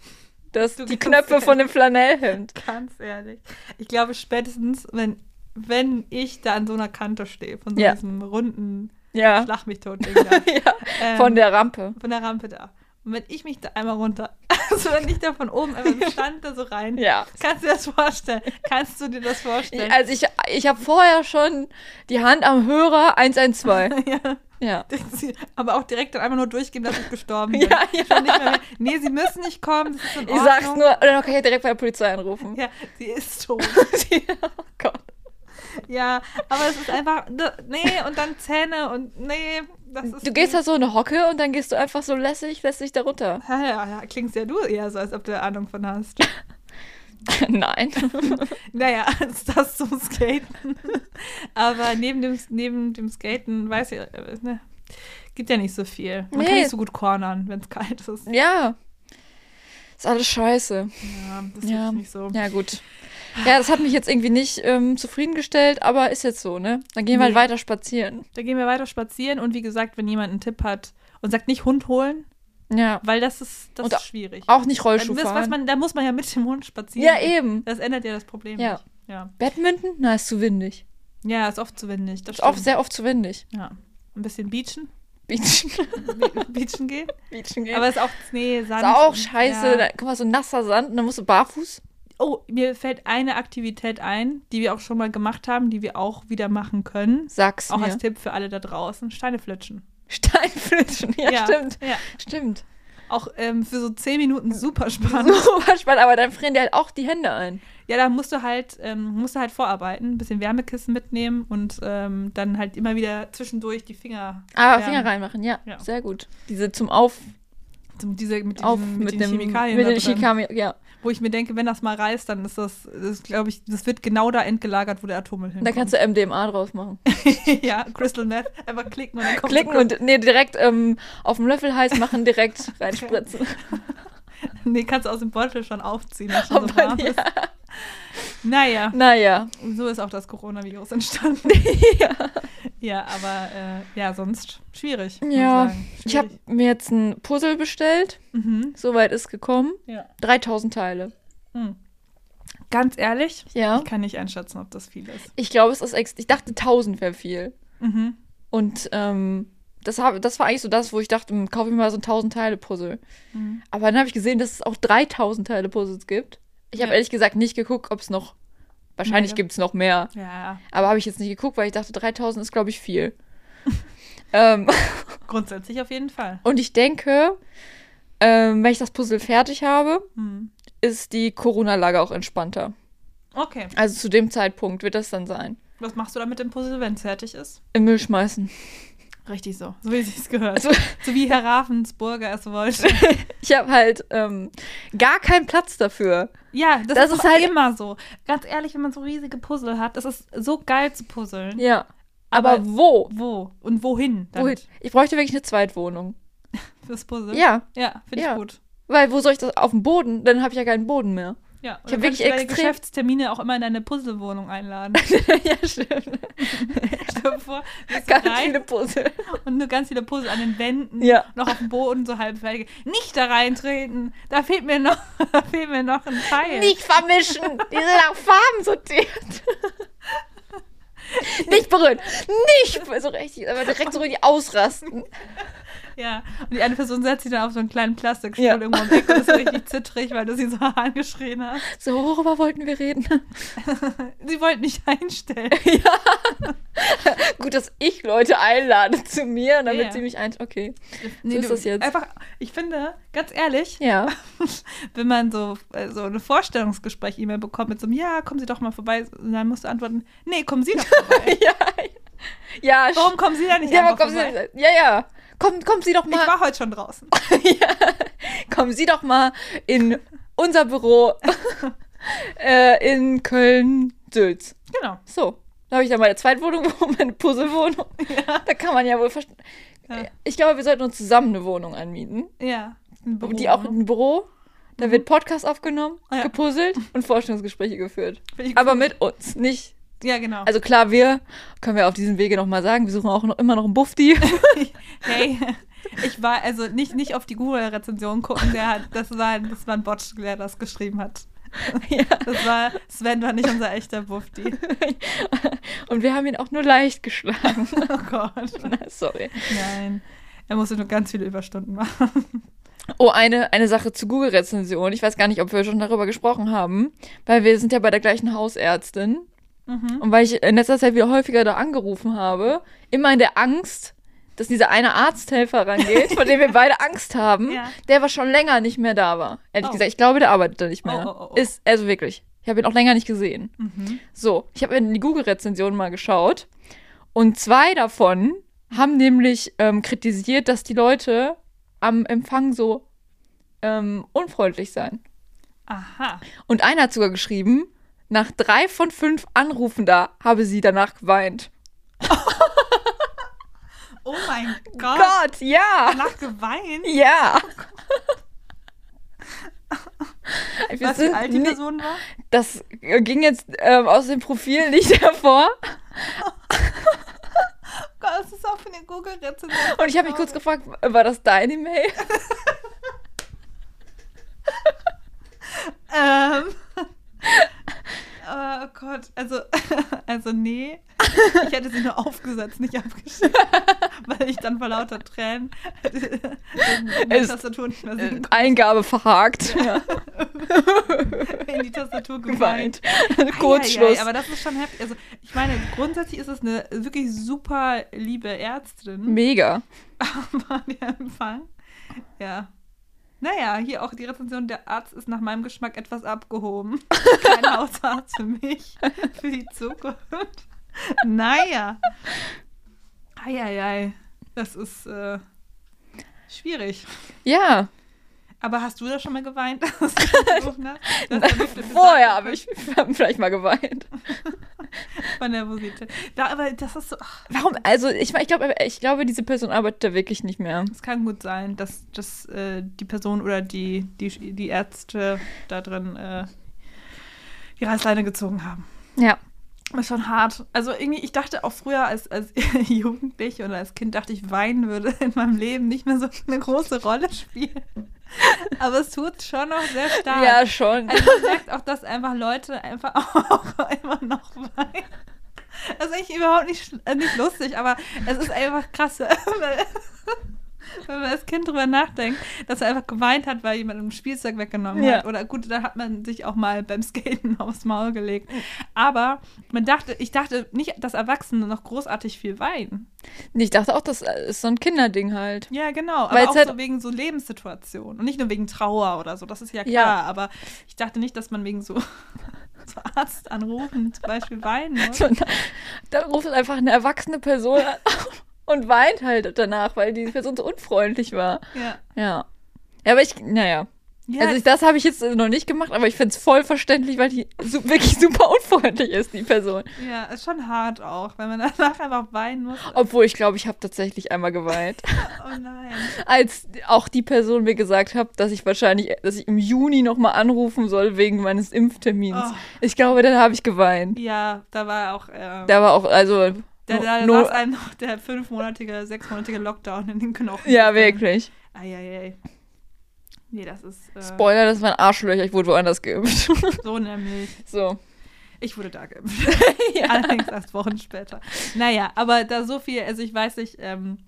Das, Du die kannst Knöpfe ja. von dem Flanellhemd. Ganz ehrlich. Ich glaube, spätestens, wenn, wenn ich da an so einer Kante stehe, von so Ja. diesem runden Ja. Schlag mich tot Ding da, [laughs] ja. ähm, Von der Rampe. von der Rampe da. Und wenn ich mich da einmal runter, [laughs] also wenn ich da von oben einfach [laughs] mit dem stand da so rein, Ja. kannst du dir das vorstellen? Kannst du dir das vorstellen? [laughs] Also ich, ich habe vorher schon die Hand am Hörer 112. [laughs] Ja. Ja. Aber auch direkt dann einfach nur durchgeben, dass ich gestorben bin. [laughs] Ja, ja. Schon nicht mehr mehr. Nee, sie müssen nicht kommen, das ist in Ich Ordnung. sag's nur, dann kann ich direkt bei der Polizei [laughs] anrufen. Ja, sie ist tot. oh Gott. Ja, aber es ist einfach, ne, nee, und dann Zähne und nee, das ist. Du gehst da so in eine Hocke und dann gehst du einfach so lässig, lässig da [laughs] runter. Ja, ja, ja, klingst ja du eher so, als ob du Ahnung von hast. [laughs] Nein. naja, [laughs] als das zum Skaten. [laughs] Aber neben dem, neben dem Skaten, weiß ich, äh, ne, gibt ja nicht so viel. Man kann Nee. nicht so gut cornern, wenn es kalt ist. Ja. Ist alles scheiße. Ja, das ist Ja. nicht so. Ja, gut. Ja, das hat mich jetzt irgendwie nicht ähm, zufriedengestellt, aber ist jetzt so, ne? Dann gehen wir halt Nee. weiter spazieren. Da gehen wir weiter spazieren und wie gesagt, wenn jemand einen Tipp hat und sagt nicht Hund holen, Ja. weil das ist, das Und ist schwierig. Auch nicht Dann Rollschuh wisst, was fahren. man, da muss man ja mit dem Hund spazieren. Ja, eben. Das ändert ja das Problem Ja. nicht. Ja. Badminton? Na, ist zu windig. ja, ist oft zu windig. Das Ist auch stimmt. sehr oft zu windig. Ja. Ein bisschen beachen. [laughs] Beachen, Be- Beachen gehen. Beachen gehen. Aber Aber es ist auch Schnee, Sand. ist auch und- scheiße. ja. Da, guck mal, so nasser Sand und dann musst du barfuß. Oh, mir fällt eine Aktivität ein, die wir auch schon mal gemacht haben, die wir auch wieder machen können. Sag's Auch mir. als Tipp für alle da draußen: Steine flitschen. Steinflitschen. [laughs] Ja, stimmt. Ja. [laughs] Stimmt. Auch ähm, für so 10 Minuten [laughs] super spannend. Super spannend, aber dann frieren dir halt auch die Hände ein. Ja, da musst du halt, ähm, musst du halt vorarbeiten, ein bisschen Wärmekissen mitnehmen und ähm, dann halt immer wieder zwischendurch die Finger. Aber Ja. Ah, Finger reinmachen, ja. Ja. Sehr gut. Diese zum Auf, Zum- Diese, mit, auf diesen, mit, mit, den dem, Chemikalien. mit da den drin, Chemikalien, ja. wo ich mir denke, wenn das mal reißt, dann ist das, das glaube ich, das wird genau da entgelagert, wo der Atommüll hin. Da kannst du MDMA draus [laughs] machen. ja, Crystal Meth, einfach klicken und dann kommt Klicken und nee, direkt ähm, auf dem Löffel heiß machen, direkt reinspritzen. [laughs] Nee, kannst du aus dem Beutel schon aufziehen. wenn schon so Aber, warm ja. ist. Naja, Naja. so ist auch das [laughs] Coronavirus entstanden. ja. aber äh, ja, sonst schwierig. muss Ja. sagen. Ich habe Schwierig. mir jetzt ein Puzzle bestellt. Mhm. Soweit ist gekommen. Ja. 3000 Teile. Hm. Ganz ehrlich, Ja. ich kann nicht einschätzen, ob das viel ist. Ich glaube, es ist ex Ich dachte, 1000 wäre viel. Mhm. Und ähm, das, hab, das war eigentlich so das, wo ich dachte, hm, kaufe ich mir mal so ein 1000 Teile Puzzle. Mhm. Aber dann habe ich gesehen, dass es auch 3000 Teile Puzzles gibt. Ich habe Ja. ehrlich gesagt nicht geguckt, ob es noch. Wahrscheinlich Mehr gibt es noch mehr. Ja, Aber habe ich jetzt nicht geguckt, weil ich dachte, 3000 ist, glaube ich, viel. [laughs] ähm, grundsätzlich auf jeden Fall. und ich denke, ähm, wenn ich das Puzzle fertig habe, Mhm. ist die Corona-Lage auch entspannter. Okay, Also zu dem Zeitpunkt wird das dann sein. was machst du dann mit dem Puzzle, wenn es fertig ist? Im Müll schmeißen. [laughs] Richtig so, so wie es sich gehört. Also so wie Herr Ravensburger es wollte. ich habe halt ähm, gar keinen Platz dafür. Ja, das, Das ist, ist doch halt- immer so. Ganz ehrlich, wenn man so riesige Puzzle hat, das ist so geil zu puzzeln. Ja. Aber, Aber- wo? Wo und wohin? Hm? Damit Wohin? Ich bräuchte wirklich eine Zweitwohnung. Fürs Puzzle? Ja, Ja, finde Ja. ich gut. weil wo soll ich das? Auf dem Boden? Dann habe ich ja keinen Boden [laughs] mehr. Ja, und Ich hab dann wirklich kannst du deine extrem- Geschäftstermine auch immer in deine Puzzlewohnung [laughs] einladen. ja, stimmt. Stell dir vor, du [laughs] bist Ganz rein viele Puzzle. und nur ganz viele Puzzle an den Wänden, Ja. noch auf dem Boden so halb fertig. Nicht da reintreten, da fehlt mir noch, [laughs] da fehlt mir noch ein Teil. Nicht vermischen. Die sind auch Farben [laughs] sortiert. Nicht berühren. Nicht berühren. so richtig, aber direkt so richtig ausrasten. Ja, und die eine Person setzt sich dann auf so einen kleinen Plastikstuhl Ja. irgendwo im Eck [laughs] und ist richtig zittrig, weil du sie so [laughs] angeschrien hast. So, worüber wollten wir reden? [laughs] Sie wollten nicht einstellen. Gut, dass ich Leute einlade zu mir, damit Ja. sie mich ein. Okay. [laughs] Nee, ist das jetzt. Einfach, ich finde, ganz ehrlich, Ja. wenn man so, äh, so eine Vorstellungsgespräch-E-Mail bekommt mit so einem Ja, kommen Sie doch mal vorbei, und dann musst du antworten, nee, kommen Sie doch vorbei. [laughs] ja. Ja, Warum kommen Sie da nicht ja, aber einfach kommen vorbei? Sie, ja, ja. Kommen, kommen Sie doch Ich mal, war heute schon draußen. kommen Sie doch mal in unser [laughs] Büro äh, in Köln, Sülz. Genau. So, da habe ich dann meine Zweitwohnung, [laughs] wo meine Puzzlewohnung. Da kann man ja wohl verstehen. Ja. Ich glaube, wir sollten uns zusammen eine Wohnung anmieten, Ja. Ein Büro, die auch ne? ein Büro. Da wird Podcast aufgenommen, Ah, ja. gepuzzelt [laughs] und Vorstellungsgespräche geführt. Finde ich gut. Aber mit uns, nicht Ja, genau. Also klar, wir können wir auf diesem Wege nochmal sagen, wir suchen auch noch, immer noch einen [laughs] Bufti. hey, [laughs] ich war, also nicht, nicht auf die Google-Rezension gucken, der hat, das war, das war ein Bot, der das geschrieben hat. [laughs] ja. Das war, Sven war nicht unser echter Buffdi. Und wir haben ihn auch nur leicht geschlagen. [laughs] [laughs] Oh Gott. Na, Sorry. Nein. Er musste nur ganz viele Überstunden machen. Oh, eine, eine Sache zu Google-Rezension. Ich weiß gar nicht, ob wir schon darüber gesprochen haben, weil wir sind ja bei der gleichen Hausärztin. Mhm. Und weil ich in letzter Zeit wieder häufiger da angerufen habe, immer in der Angst, dass dieser eine Arzthelfer rangeht, von [laughs] dem wir beide Angst haben, Ja. der aber schon länger nicht mehr da war. Ehrlich Oh. gesagt, ich glaube, der arbeitet da nicht mehr. Oh, oh, oh, oh. Ist, also wirklich. Ich habe ihn auch länger nicht gesehen. Mhm. So, ich habe in die Google-Rezensionen mal geschaut und zwei davon haben nämlich ähm, kritisiert, dass die Leute am Empfang so ähm, unfreundlich seien. Aha. Und einer hat sogar geschrieben, nach drei von fünf Anrufen da habe sie danach geweint. Oh [laughs] mein Gott. Gott, ja! Danach geweint. Ja! Wir Was für sind alt die ni- Person war? das ging jetzt ähm, aus dem Profil nicht [laughs] hervor. Gott, das ist auch für eine Google-Rezension. Und ich habe mich kurz gefragt, war das deine Mail? [laughs] Ähm. Oh [laughs] [laughs] Gott, also, also nee. Ich hätte sie nur aufgesetzt, nicht abgeschickt. weil ich dann vor lauter Tränen die Es- Tastatur nicht mehr Äh, [laughs] sehen Eingabe verhakt. konnte, in die Tastatur geweint. Geweint. [laughs] Kurzschluss. Eieiei, aber das ist schon heftig. Also, ich meine, grundsätzlich ist es eine wirklich super liebe Ärztin. Mega. [laughs] war der Empfang. Ja. Naja, hier auch die Rezension, der Arzt ist nach meinem Geschmack [laughs] etwas abgehoben. Kein Hausarzt für mich, für die Zukunft. Naja. Eieiei, das ist äh, schwierig. Ja. Aber hast du da schon mal geweint? [laughs] dass du gerufen ne? hast? Dass der Liebste gesagt [laughs] Vorher hat, habe ich vielleicht mal geweint. Von Nervosität. Da, aber das ist so, ach, Warum? Also ich, ich glaube, ich glaube, diese Person arbeitet da wirklich nicht mehr. es kann gut sein, dass, dass äh, die Person oder die, die, die Ärzte da drin äh, die Reißleine gezogen haben. Ja. Das ist schon hart. Also irgendwie, ich dachte auch früher als, als [laughs] Jugendliche oder als Kind, dachte ich, Weinen würde in meinem Leben nicht mehr so eine große Rolle spielen. Aber es tut schon noch sehr stark. Ja, schon. Also man merkt auch, dass einfach Leute einfach [laughs] auch immer noch weinen. Das ist eigentlich überhaupt nicht, schl- äh, nicht lustig, aber es ist einfach krass, [laughs] weil- wenn man als Kind drüber nachdenkt, dass er einfach geweint hat, weil jemand ein Spielzeug weggenommen Ja. hat. Oder gut, da hat man sich auch mal beim Skaten [laughs] aufs Maul gelegt. Aber man dachte, ich dachte nicht, dass Erwachsene noch großartig viel weinen. Ich dachte auch, das ist so ein Kinderding halt. Ja, genau. Aber Weil es auch halt- so wegen so Lebenssituationen. Und nicht nur wegen Trauer oder so, das ist ja klar. Ja. Aber ich dachte nicht, dass man wegen so, [laughs] so Arztanrufen zum Beispiel weinen [laughs] muss. So, na- Da ruft einfach eine erwachsene Person an [laughs] und weint halt danach, weil diese Person so unfreundlich war. Ja. Ja. Ja, aber ich, naja. Ja, Also ich, das habe ich jetzt noch nicht gemacht, aber ich finde es voll verständlich, weil die su wirklich super unfreundlich ist, die Person. ja, ist schon hart auch, wenn man [laughs] danach einfach weinen muss. Obwohl ich glaube, ich habe tatsächlich einmal [laughs] geweint. Oh nein. Als auch die Person mir gesagt hat, dass ich wahrscheinlich, dass ich im Juni nochmal anrufen soll wegen meines Impftermins. Oh. Ich glaube, dann habe ich geweint. Ja, da war auch. Äh, Da war auch, also. Da, da no- saß einem noch der fünfmonatige, sechsmonatige Lockdown in den Knochen. ja, wirklich. Eieiei. Nee, das ist äh, Spoiler, das waren Arschlöcher, ich wurde woanders geimpft. [laughs] so nämlich. [laughs] so. [laughs] Ich wurde da [laughs] geimpft. Allerdings erst Wochen später. Naja, aber da so viel, also ich weiß nicht, ähm,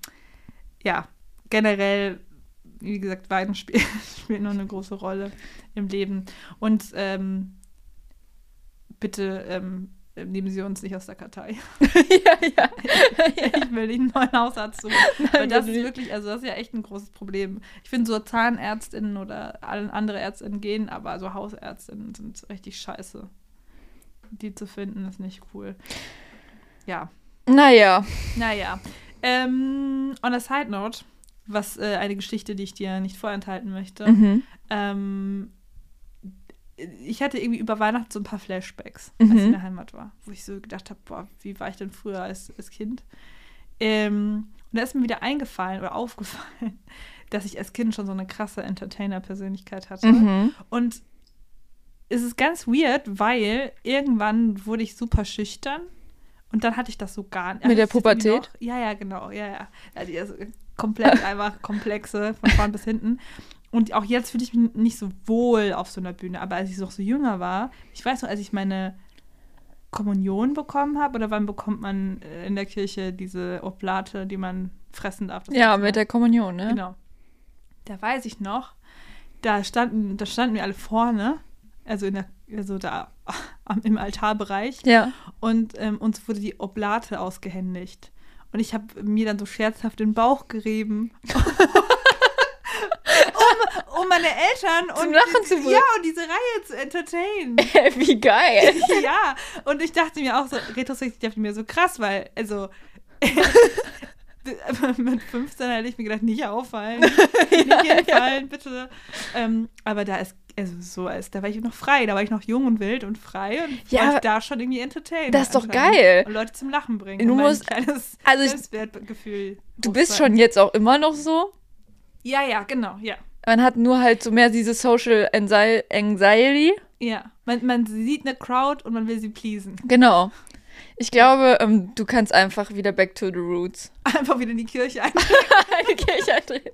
ja, generell, wie gesagt, Weiden spielt, [laughs] spielt nur eine große Rolle im Leben. Und ähm, bitte ähm, nehmen Sie uns nicht aus der Kartei. ja, ja. [laughs] Ich will nicht einen neuen Hausarzt suchen. [laughs] weil bitte das ist nicht. wirklich, also das ist ja echt ein großes Problem. Ich finde so Zahnärztinnen oder alle andere Ärztinnen gehen, aber so Hausärztinnen sind richtig scheiße. Die zu finden ist nicht cool. Ja, Naja. naja. Ähm, on a side note, was äh, eine Geschichte, die ich dir nicht vorenthalten möchte. [laughs] Mhm. Ähm, ich hatte irgendwie über Weihnachten so ein paar Flashbacks, Mhm. als ich in der Heimat war, wo ich so gedacht habe, boah, wie war ich denn früher als, als Kind? Ähm, und da ist mir wieder eingefallen oder aufgefallen, [laughs] dass ich als Kind schon so eine krasse Entertainer-Persönlichkeit hatte. Mhm. Und es ist ganz weird, weil irgendwann wurde ich super schüchtern und dann hatte ich das so gar nicht. Mit der hatte ich das irgendwie Pubertät? Noch, ja, ja, genau, ja, ja. Also, also [laughs] komplett einfach komplexe von vorn bis hinten. Und auch jetzt fühle ich mich nicht so wohl auf so einer Bühne, aber als ich noch so jünger war, ich weiß noch, als ich meine Kommunion bekommen habe, oder wann bekommt man äh, in der Kirche diese Oblate, die man fressen darf? das Ja, letzte Mal? mit der Kommunion, ne? Genau. Da weiß ich noch, da standen, da standen wir alle vorne, also in der, also da [laughs] am, im Altarbereich Ja. [laughs] und ähm, uns wurde die Oblate ausgehändigt. Und ich habe mir dann so scherzhaft den Bauch gerieben. [laughs] um, um meine Eltern Zum und Lachen zu ja, und diese Reihe zu entertainen. Wie geil. [laughs] ja, und ich dachte mir auch so, retrospektiv dachte ich mir so krass, weil, also, [laughs] mit 15 hätte ich mir gedacht, nicht [laughs] auffallen, nicht hinfallen, bitte. Ähm, aber da ist, also so als, da war ich noch frei, da war ich noch jung und wild und frei und Ja, wollte da schon irgendwie entertainen. das ist doch anscheinend. geil. Und Leute zum Lachen bringen. Du und mein musst- kleines also ich- Selbstwertgefühl. Du bist hochhalten. schon jetzt auch immer noch so. Ja, ja, genau, ja. Man hat nur halt so mehr diese Social Anxi- Anxiety. Ja, man, man sieht eine Crowd und man will sie pleasen. [laughs] Genau. Ich glaube, ähm, du kannst einfach wieder back to the roots. Einfach wieder in die Kirche ein Eine Kirche eintreten.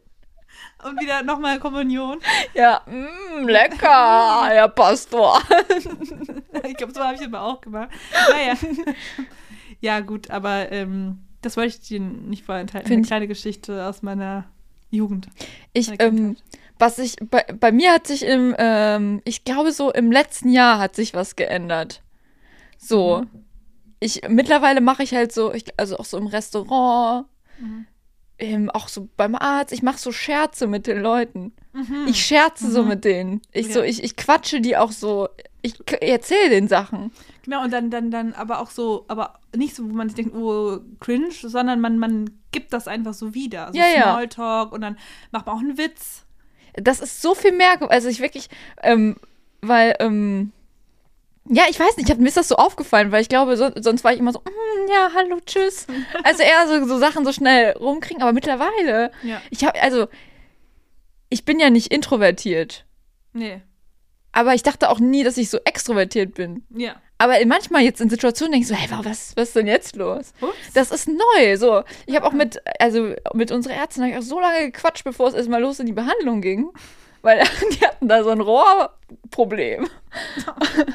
und wieder nochmal Kommunion. Ja, mm, lecker, Herr Pastor. [laughs] [laughs] Ich glaube, so habe ich es aber auch gemacht. Naja. Ja, gut, aber ähm, Das wollte ich dir nicht vorenthalten. Find Eine ich- kleine Geschichte aus meiner Jugend. Ich, Meiner ähm, was ich, bei, bei mir hat sich im, ähm, ich glaube so im letzten Jahr hat sich was geändert. So. Mhm. Ich, mittlerweile mache ich halt so, ich, also auch so im Restaurant, Mhm. ähm, auch so beim Arzt, ich mache so Scherze mit den Leuten. Mhm. Ich scherze so Mhm. mit denen. Ich so, Ja. ich, ich quatsche die auch so. Ich erzähle den Sachen. Genau, und dann, dann, dann aber auch so, aber nicht so, wo man sich denkt, oh, cringe, sondern man, man gibt das einfach so wieder. Also Ja, ja. Smalltalk und dann macht man auch einen Witz. Das ist so viel mehr, ge- also ich wirklich, ähm, weil, ähm, ja, ich weiß nicht, ich hab, mir ist das so aufgefallen, weil ich glaube, so, sonst war ich immer so, "Mm, ja, hallo, tschüss. Also eher so, so Sachen so schnell rumkriegen, aber mittlerweile, Ja. ich habe also, ich bin ja nicht introvertiert, Nee. aber ich dachte auch nie, dass ich so extrovertiert bin. Ja. Aber manchmal jetzt in Situationen denke ich so, hey, wa- was, was ist denn jetzt los? Ups. Das ist neu. So, ich habe auch mit, also mit unserer Ärztin habe ich auch so lange gequatscht, bevor es erstmal los in die Behandlung ging. Weil [laughs] die hatten da so ein Rohrproblem.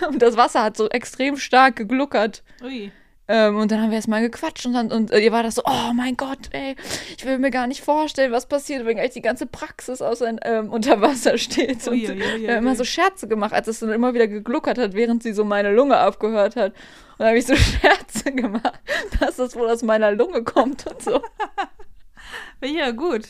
Und das Wasser hat so extrem stark gegluckert. Ui. Ähm, und dann haben wir erstmal gequatscht und, dann, und äh, ihr war das so, oh mein Gott, ey, ich will mir gar nicht vorstellen, was passiert, wenn gleich die ganze Praxis aus, ähm, unter Wasser [laughs] steht. Ui, und ui, ui, wir haben immer ui. so Scherze gemacht, als es dann immer wieder gegluckert hat, während sie so meine Lunge abgehört hat. Und da habe ich so [laughs] Scherze gemacht, dass das wohl aus meiner Lunge kommt und so. Ja, gut.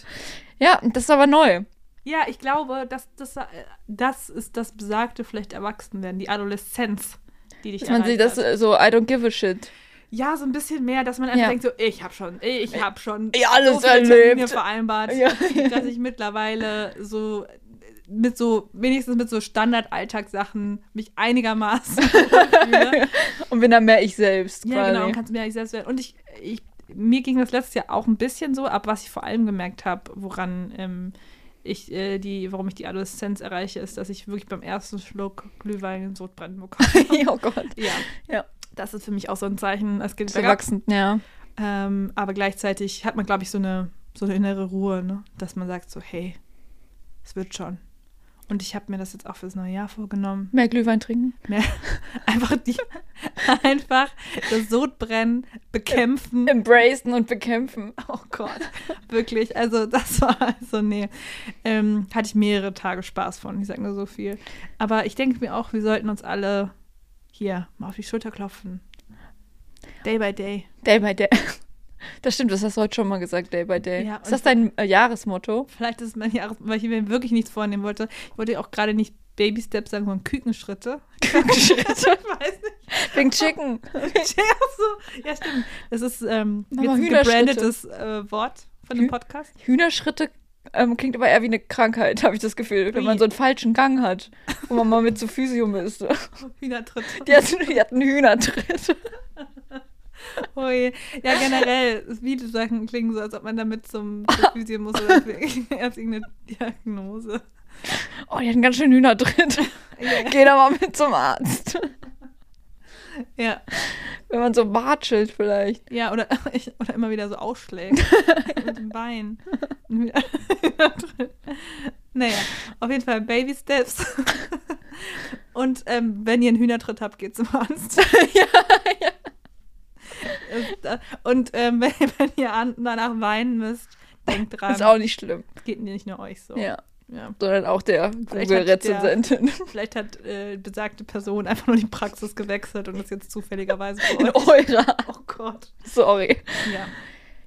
Ja, das ist aber neu. Ja, ich glaube, das, das, äh, das ist das besagte vielleicht Erwachsenwerden, die Adoleszenz, die dich Dass man erreicht sich das hat. äh, so, I don't give a shit. Ja, so ein bisschen mehr, dass man einfach Ja. denkt so, ich hab schon, ich hab schon Ja, alles so viele Termine erlebt. vereinbart, Ja. dass ich mittlerweile so mit so, wenigstens mit so Standard-Alltagssachen mich einigermaßen [laughs] fühle. [laughs] Und bin dann mehr ich selbst Ja, quasi. genau, und kannst du mir eigentlich selbst werden. Und ich, ich, mir ging das letztes Jahr auch ein bisschen so, aber was ich vor allem gemerkt habe, woran ähm, ich äh, die, warum ich die Adoleszenz erreiche, ist, dass ich wirklich beim ersten Schluck Glühwein in Sodbrennen bekomme. [laughs] oh Gott. ja. Ja. Das ist für mich auch so ein Zeichen, es geht So bergab. wachsend, ja. Ähm, aber gleichzeitig hat man, glaube ich, so eine, so eine innere Ruhe, ne? dass man sagt so, hey, es wird schon. Und ich habe mir das jetzt auch fürs neue Jahr vorgenommen. [laughs] Mehr Glühwein trinken. Mehr, einfach die, einfach das Sodbrennen bekämpfen. Embracen und bekämpfen. Oh Gott, [laughs] wirklich. Also das war also nee, ähm, hatte ich mehrere Tage Spaß von. Ich sag nur so viel. Aber ich denke mir auch, wir sollten uns alle hier mal auf die Schulter klopfen. Day by day. Day by day. [laughs] Das stimmt, das hast du heute schon mal gesagt, Day by Day. Ja, ist das dein äh, [laughs] Jahresmotto? Vielleicht ist es mein Jahres, weil ich mir wirklich nichts vornehmen wollte. Ich wollte ja auch gerade nicht Baby Steps sagen, sondern Kükenschritte. [laughs] Kükenschritte, ich weiß [laughs] nicht. Wegen Chicken. Ja, so. ja stimmt. Das ist ähm, jetzt Mama, ein Hühnerschritte. gebrandetes äh, Wort von dem Hü- Podcast. [laughs] Hühnerschritte ähm, klingt aber eher wie eine Krankheit, habe ich das Gefühl, wenn Ui. man so einen falschen Gang hat, wo man mal mit zu Physio müsste. Hühnertritt. [laughs] Die hatten, die hatten einen Hühnertritt. Hui. Oh Ja, generell, viele Sachen klingen so, als ob man damit [laughs] zum zur Physio muss oder für [laughs] erst irgendeine Diagnose. Oh, die hatten ganz schön Hühnertritt. [laughs] Ja. Geh da mal mit zum Arzt. ja. Wenn man so watschelt vielleicht. Ja, oder, [laughs] oder immer wieder so ausschlägt. [laughs] mit dem Bein. [laughs] naja, auf jeden Fall Baby [laughs] Steps. Und ähm, wenn ihr einen Hühnertritt habt, geht zum [laughs] Arzt. ja, ja. Und ähm, [laughs] wenn, wenn ihr an, danach weinen müsst, denkt dran, Ist auch nicht schlimm. es geht nicht nur euch so. Ja. Ja. Sondern auch der Vielleicht Google-Rezensentin. Vielleicht hat äh, besagte Person einfach nur die Praxis gewechselt und ist jetzt zufälligerweise [laughs] bei In euch. eurer. Oh Gott. Sorry. Ja.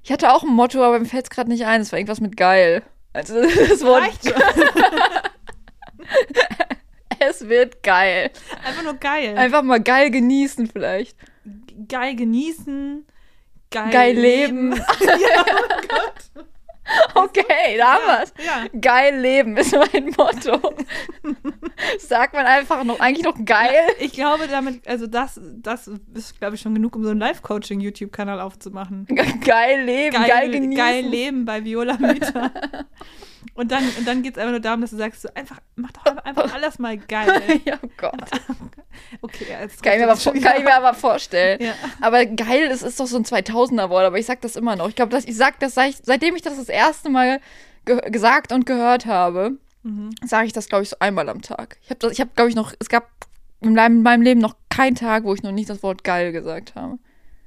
Ich hatte auch ein Motto, aber mir fällt es gerade nicht ein. Es war irgendwas mit geil. Also [laughs] das Wort, Reicht schon. es wird geil. Einfach nur geil. Einfach mal geil genießen vielleicht. geil genießen. Geil, Geil leben. ja, oh Gott. Okay, da [laughs] haben wir's. Ja. Geil leben ist mein Motto. [laughs] Sagt man einfach noch, eigentlich noch geil. Ich glaube, damit, also das, das ist, glaube ich, schon genug, um so einen Live-Coaching-YouTube-Kanal aufzumachen. Ge- Geil leben, geil, genießen. geil leben bei Viola Mieter. [laughs] Und dann, und dann geht es einfach nur darum, dass du sagst, so einfach, mach doch einfach alles [laughs] mal geil. ja, oh Gott. Okay, ja, jetzt Kann ich, mir aber, vor- kann ich mir aber vorstellen. [laughs] Ja. Aber geil, es ist doch so ein 2000er-Wort, aber ich sag das immer noch. Ich glaube, dass ich sag das, seit, seitdem ich das das erste Mal ge gesagt und gehört habe, Mhm. sage ich das, glaube ich, so einmal am Tag. Ich habe, ich hab, glaube ich, noch, es gab in meinem in meinem Leben noch keinen Tag, wo ich noch nicht das Wort geil gesagt habe.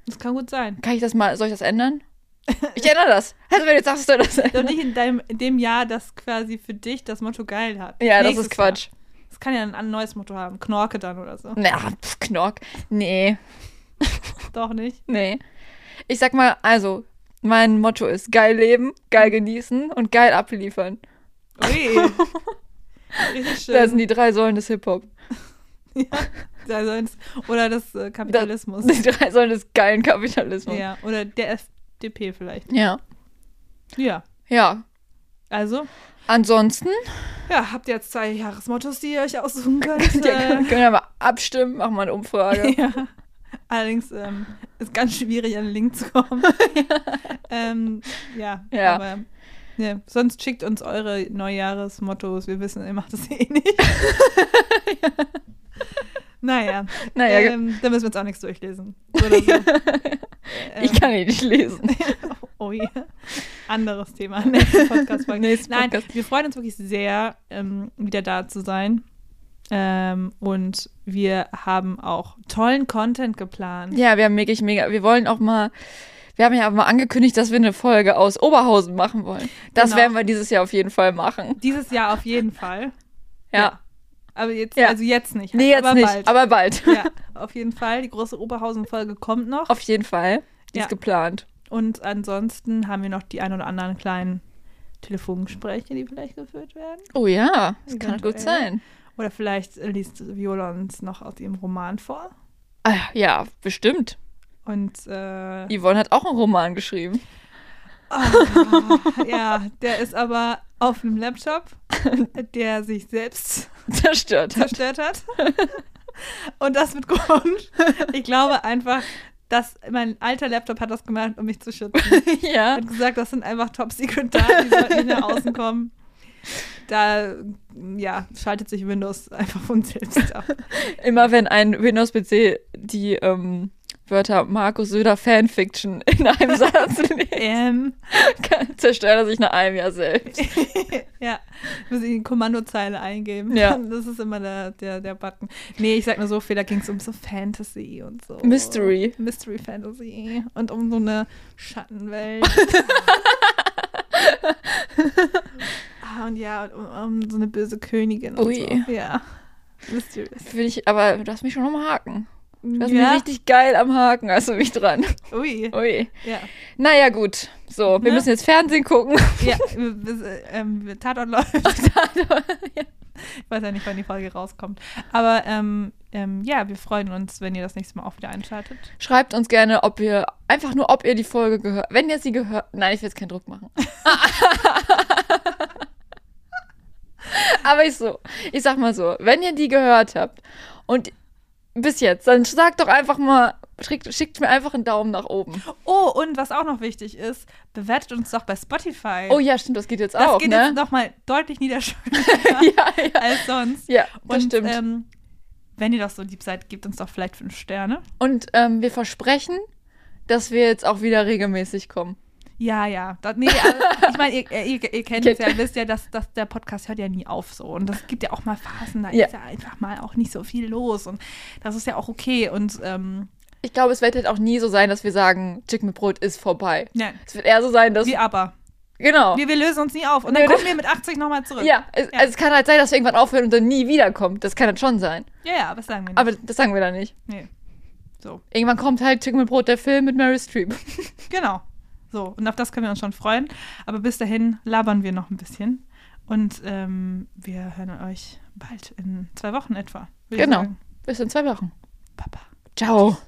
Das kann gut sein. Kann ich das mal, soll ich das ändern? Ich erinnere das. Also wenn du jetzt sagst, du das. Doch nicht in, deinem, in dem Jahr, das quasi für dich das Motto geil hat. Ja, das Nächstes ist Quatsch. Jahr. Das kann ja ein, ein neues Motto haben. Knorke dann oder so. Na, pf, Knork. Nee, Doch nicht. nee. Ich sag mal, also, mein Motto ist geil leben, geil genießen und geil abliefern. Ui. [laughs] Richtig schön. Das sind die drei Säulen des Hip-Hop. Ja, sonst- oder das [laughs] äh, Kapitalismus. Die drei Säulen des geilen Kapitalismus. ja, oder der FDP vielleicht. Ja. Ja. Ja. Also, [laughs] Ansonsten [laughs] ja, habt ihr jetzt zwei Jahresmottos, die ihr euch aussuchen könnt? Äh, ja, können können wir mal abstimmen, machen wir eine Umfrage. [laughs] Ja. Allerdings ähm, ist ganz schwierig, an den Link zu [laughs] kommen. ähm, ja, Ja. aber ne, sonst schickt uns eure Neujahresmottos. Wir wissen, ihr macht das eh [laughs] nicht. Naja, Naja, Ah, ge- ähm, da müssen wir uns auch nichts durchlesen. Oder so. ähm, [laughs] ich kann ihn nicht lesen. Oh ja. Anderes Thema. [laughs] Nächste Podcast-Folge. Nächstes Nein, Podcast. wir freuen uns wirklich sehr, ähm, wieder da zu sein. Ähm, und wir haben auch tollen Content geplant. Ja, wir haben wirklich mega. Wir wollen auch mal. Wir haben ja auch mal angekündigt, dass wir eine Folge aus Oberhausen machen wollen. Das Genau. werden wir dieses Jahr auf jeden Fall machen. Dieses Jahr auf jeden Fall. Ja. Ja. Aber jetzt, Ja. also jetzt nicht. Nee, jetzt aber nicht, Bald. aber bald. [laughs] ja, auf jeden Fall. Die große Oberhausen-Folge kommt noch. Auf jeden Fall. Die Ja. ist geplant. Und ansonsten haben wir noch die ein oder anderen kleinen Telefongespräche, die vielleicht geführt werden. Oh ja, das kann Eventuell. gut sein. Oder vielleicht liest Viola uns noch aus ihrem Roman vor. Ah, ja, bestimmt. Und äh, Yvonne hat auch einen Roman geschrieben. [laughs] oh ja, der ist aber auf einem Laptop, der sich selbst [laughs] Zerstört hat. zerstört hat. Und das mit Grund. Ich glaube einfach, dass mein alter Laptop hat das gemacht, um mich zu schützen. ja. Hat gesagt, das sind einfach Top Secret Daten, die sollten nicht nach außen kommen. Da ja, schaltet sich Windows einfach von selbst ab. Immer wenn ein Windows-PC die ähm, Wörter Markus Söder Fanfiction [laughs] in einem [laughs] Satz legt, Ähm, kann- zerstört er sich nach einem Jahr selbst. ja, muss ich die Kommandozeile eingeben. Ja. [laughs] Das ist immer der, der, der Button. Nee, ich sag nur so viel, da ging es um so Fantasy und so. Mystery. Mystery Fantasy und um so eine [laughs] Schattenwelt. ah, und ja, und um, um so eine böse Königin und Ui. so. Ja. Mysterious. Will ich, aber du hast mich schon am Haken. Du hast mich ja. richtig geil am Haken, hast du mich [laughs] dran. Ui. Ui. Ja. Naja, gut. So, wir Ne? müssen jetzt Fernsehen gucken. ja. [laughs] wir- wir- ähm, Tatort läuft. Ich weiß ja nicht, wann die Folge rauskommt. Aber ähm, ähm, ja, wir freuen uns, wenn ihr das nächste Mal auch wieder einschaltet. Schreibt uns gerne, ob ihr, einfach nur, ob ihr die Folge gehört. Wenn ihr sie gehört. Nein, ich will jetzt keinen Druck machen. [laughs] Aber ich so, ich sag mal so, wenn ihr die gehört habt und bis jetzt, dann sagt doch einfach mal, schickt, schickt mir einfach einen Daumen nach oben. Oh, und was auch noch wichtig ist, bewertet uns doch bei Spotify. Oh ja, stimmt, das geht jetzt das auch, geht ne? [laughs] jetzt nochmal deutlich niederschwelliger ja, ja. als sonst. ja, das und stimmt. Ähm, wenn ihr doch so lieb seid, gebt uns doch vielleicht fünf Sterne. Und ähm, wir versprechen, dass wir jetzt auch wieder regelmäßig kommen. Ja, ja. Das, nee, [laughs] aber, ich meine, ihr, äh, ihr, ihr kennt es ja, ihr wisst ja, dass, dass der Podcast hört ja nie auf so. Und das gibt ja auch mal Phasen, da Ja. ist ja einfach mal auch nicht so viel los. Und das ist ja auch okay. Und ähm, Ich glaube, es wird halt auch nie so sein, dass wir sagen, Chicken mit Brot ist vorbei. ja, Es wird eher so sein, dass. wie aber. genau. Wir, wir lösen uns nie auf. Und dann Nö, kommen wir mit 80 nochmal zurück. ja, es, Ja. Also es kann halt sein, dass wir irgendwann aufhören und dann nie wiederkommt. Das kann halt schon sein. ja, ja, was sagen wir nicht? Aber das sagen wir dann nicht. nee. So. Irgendwann kommt halt Chicken mit Brot, der Film mit Mary Streep. [laughs] Genau. So, und auf das können wir uns schon freuen. Aber bis dahin labern wir noch ein bisschen. Und ähm, wir hören euch bald in zwei Wochen etwa. würd ich Genau. sagen. Bis in zwei Wochen. Baba. Ciao.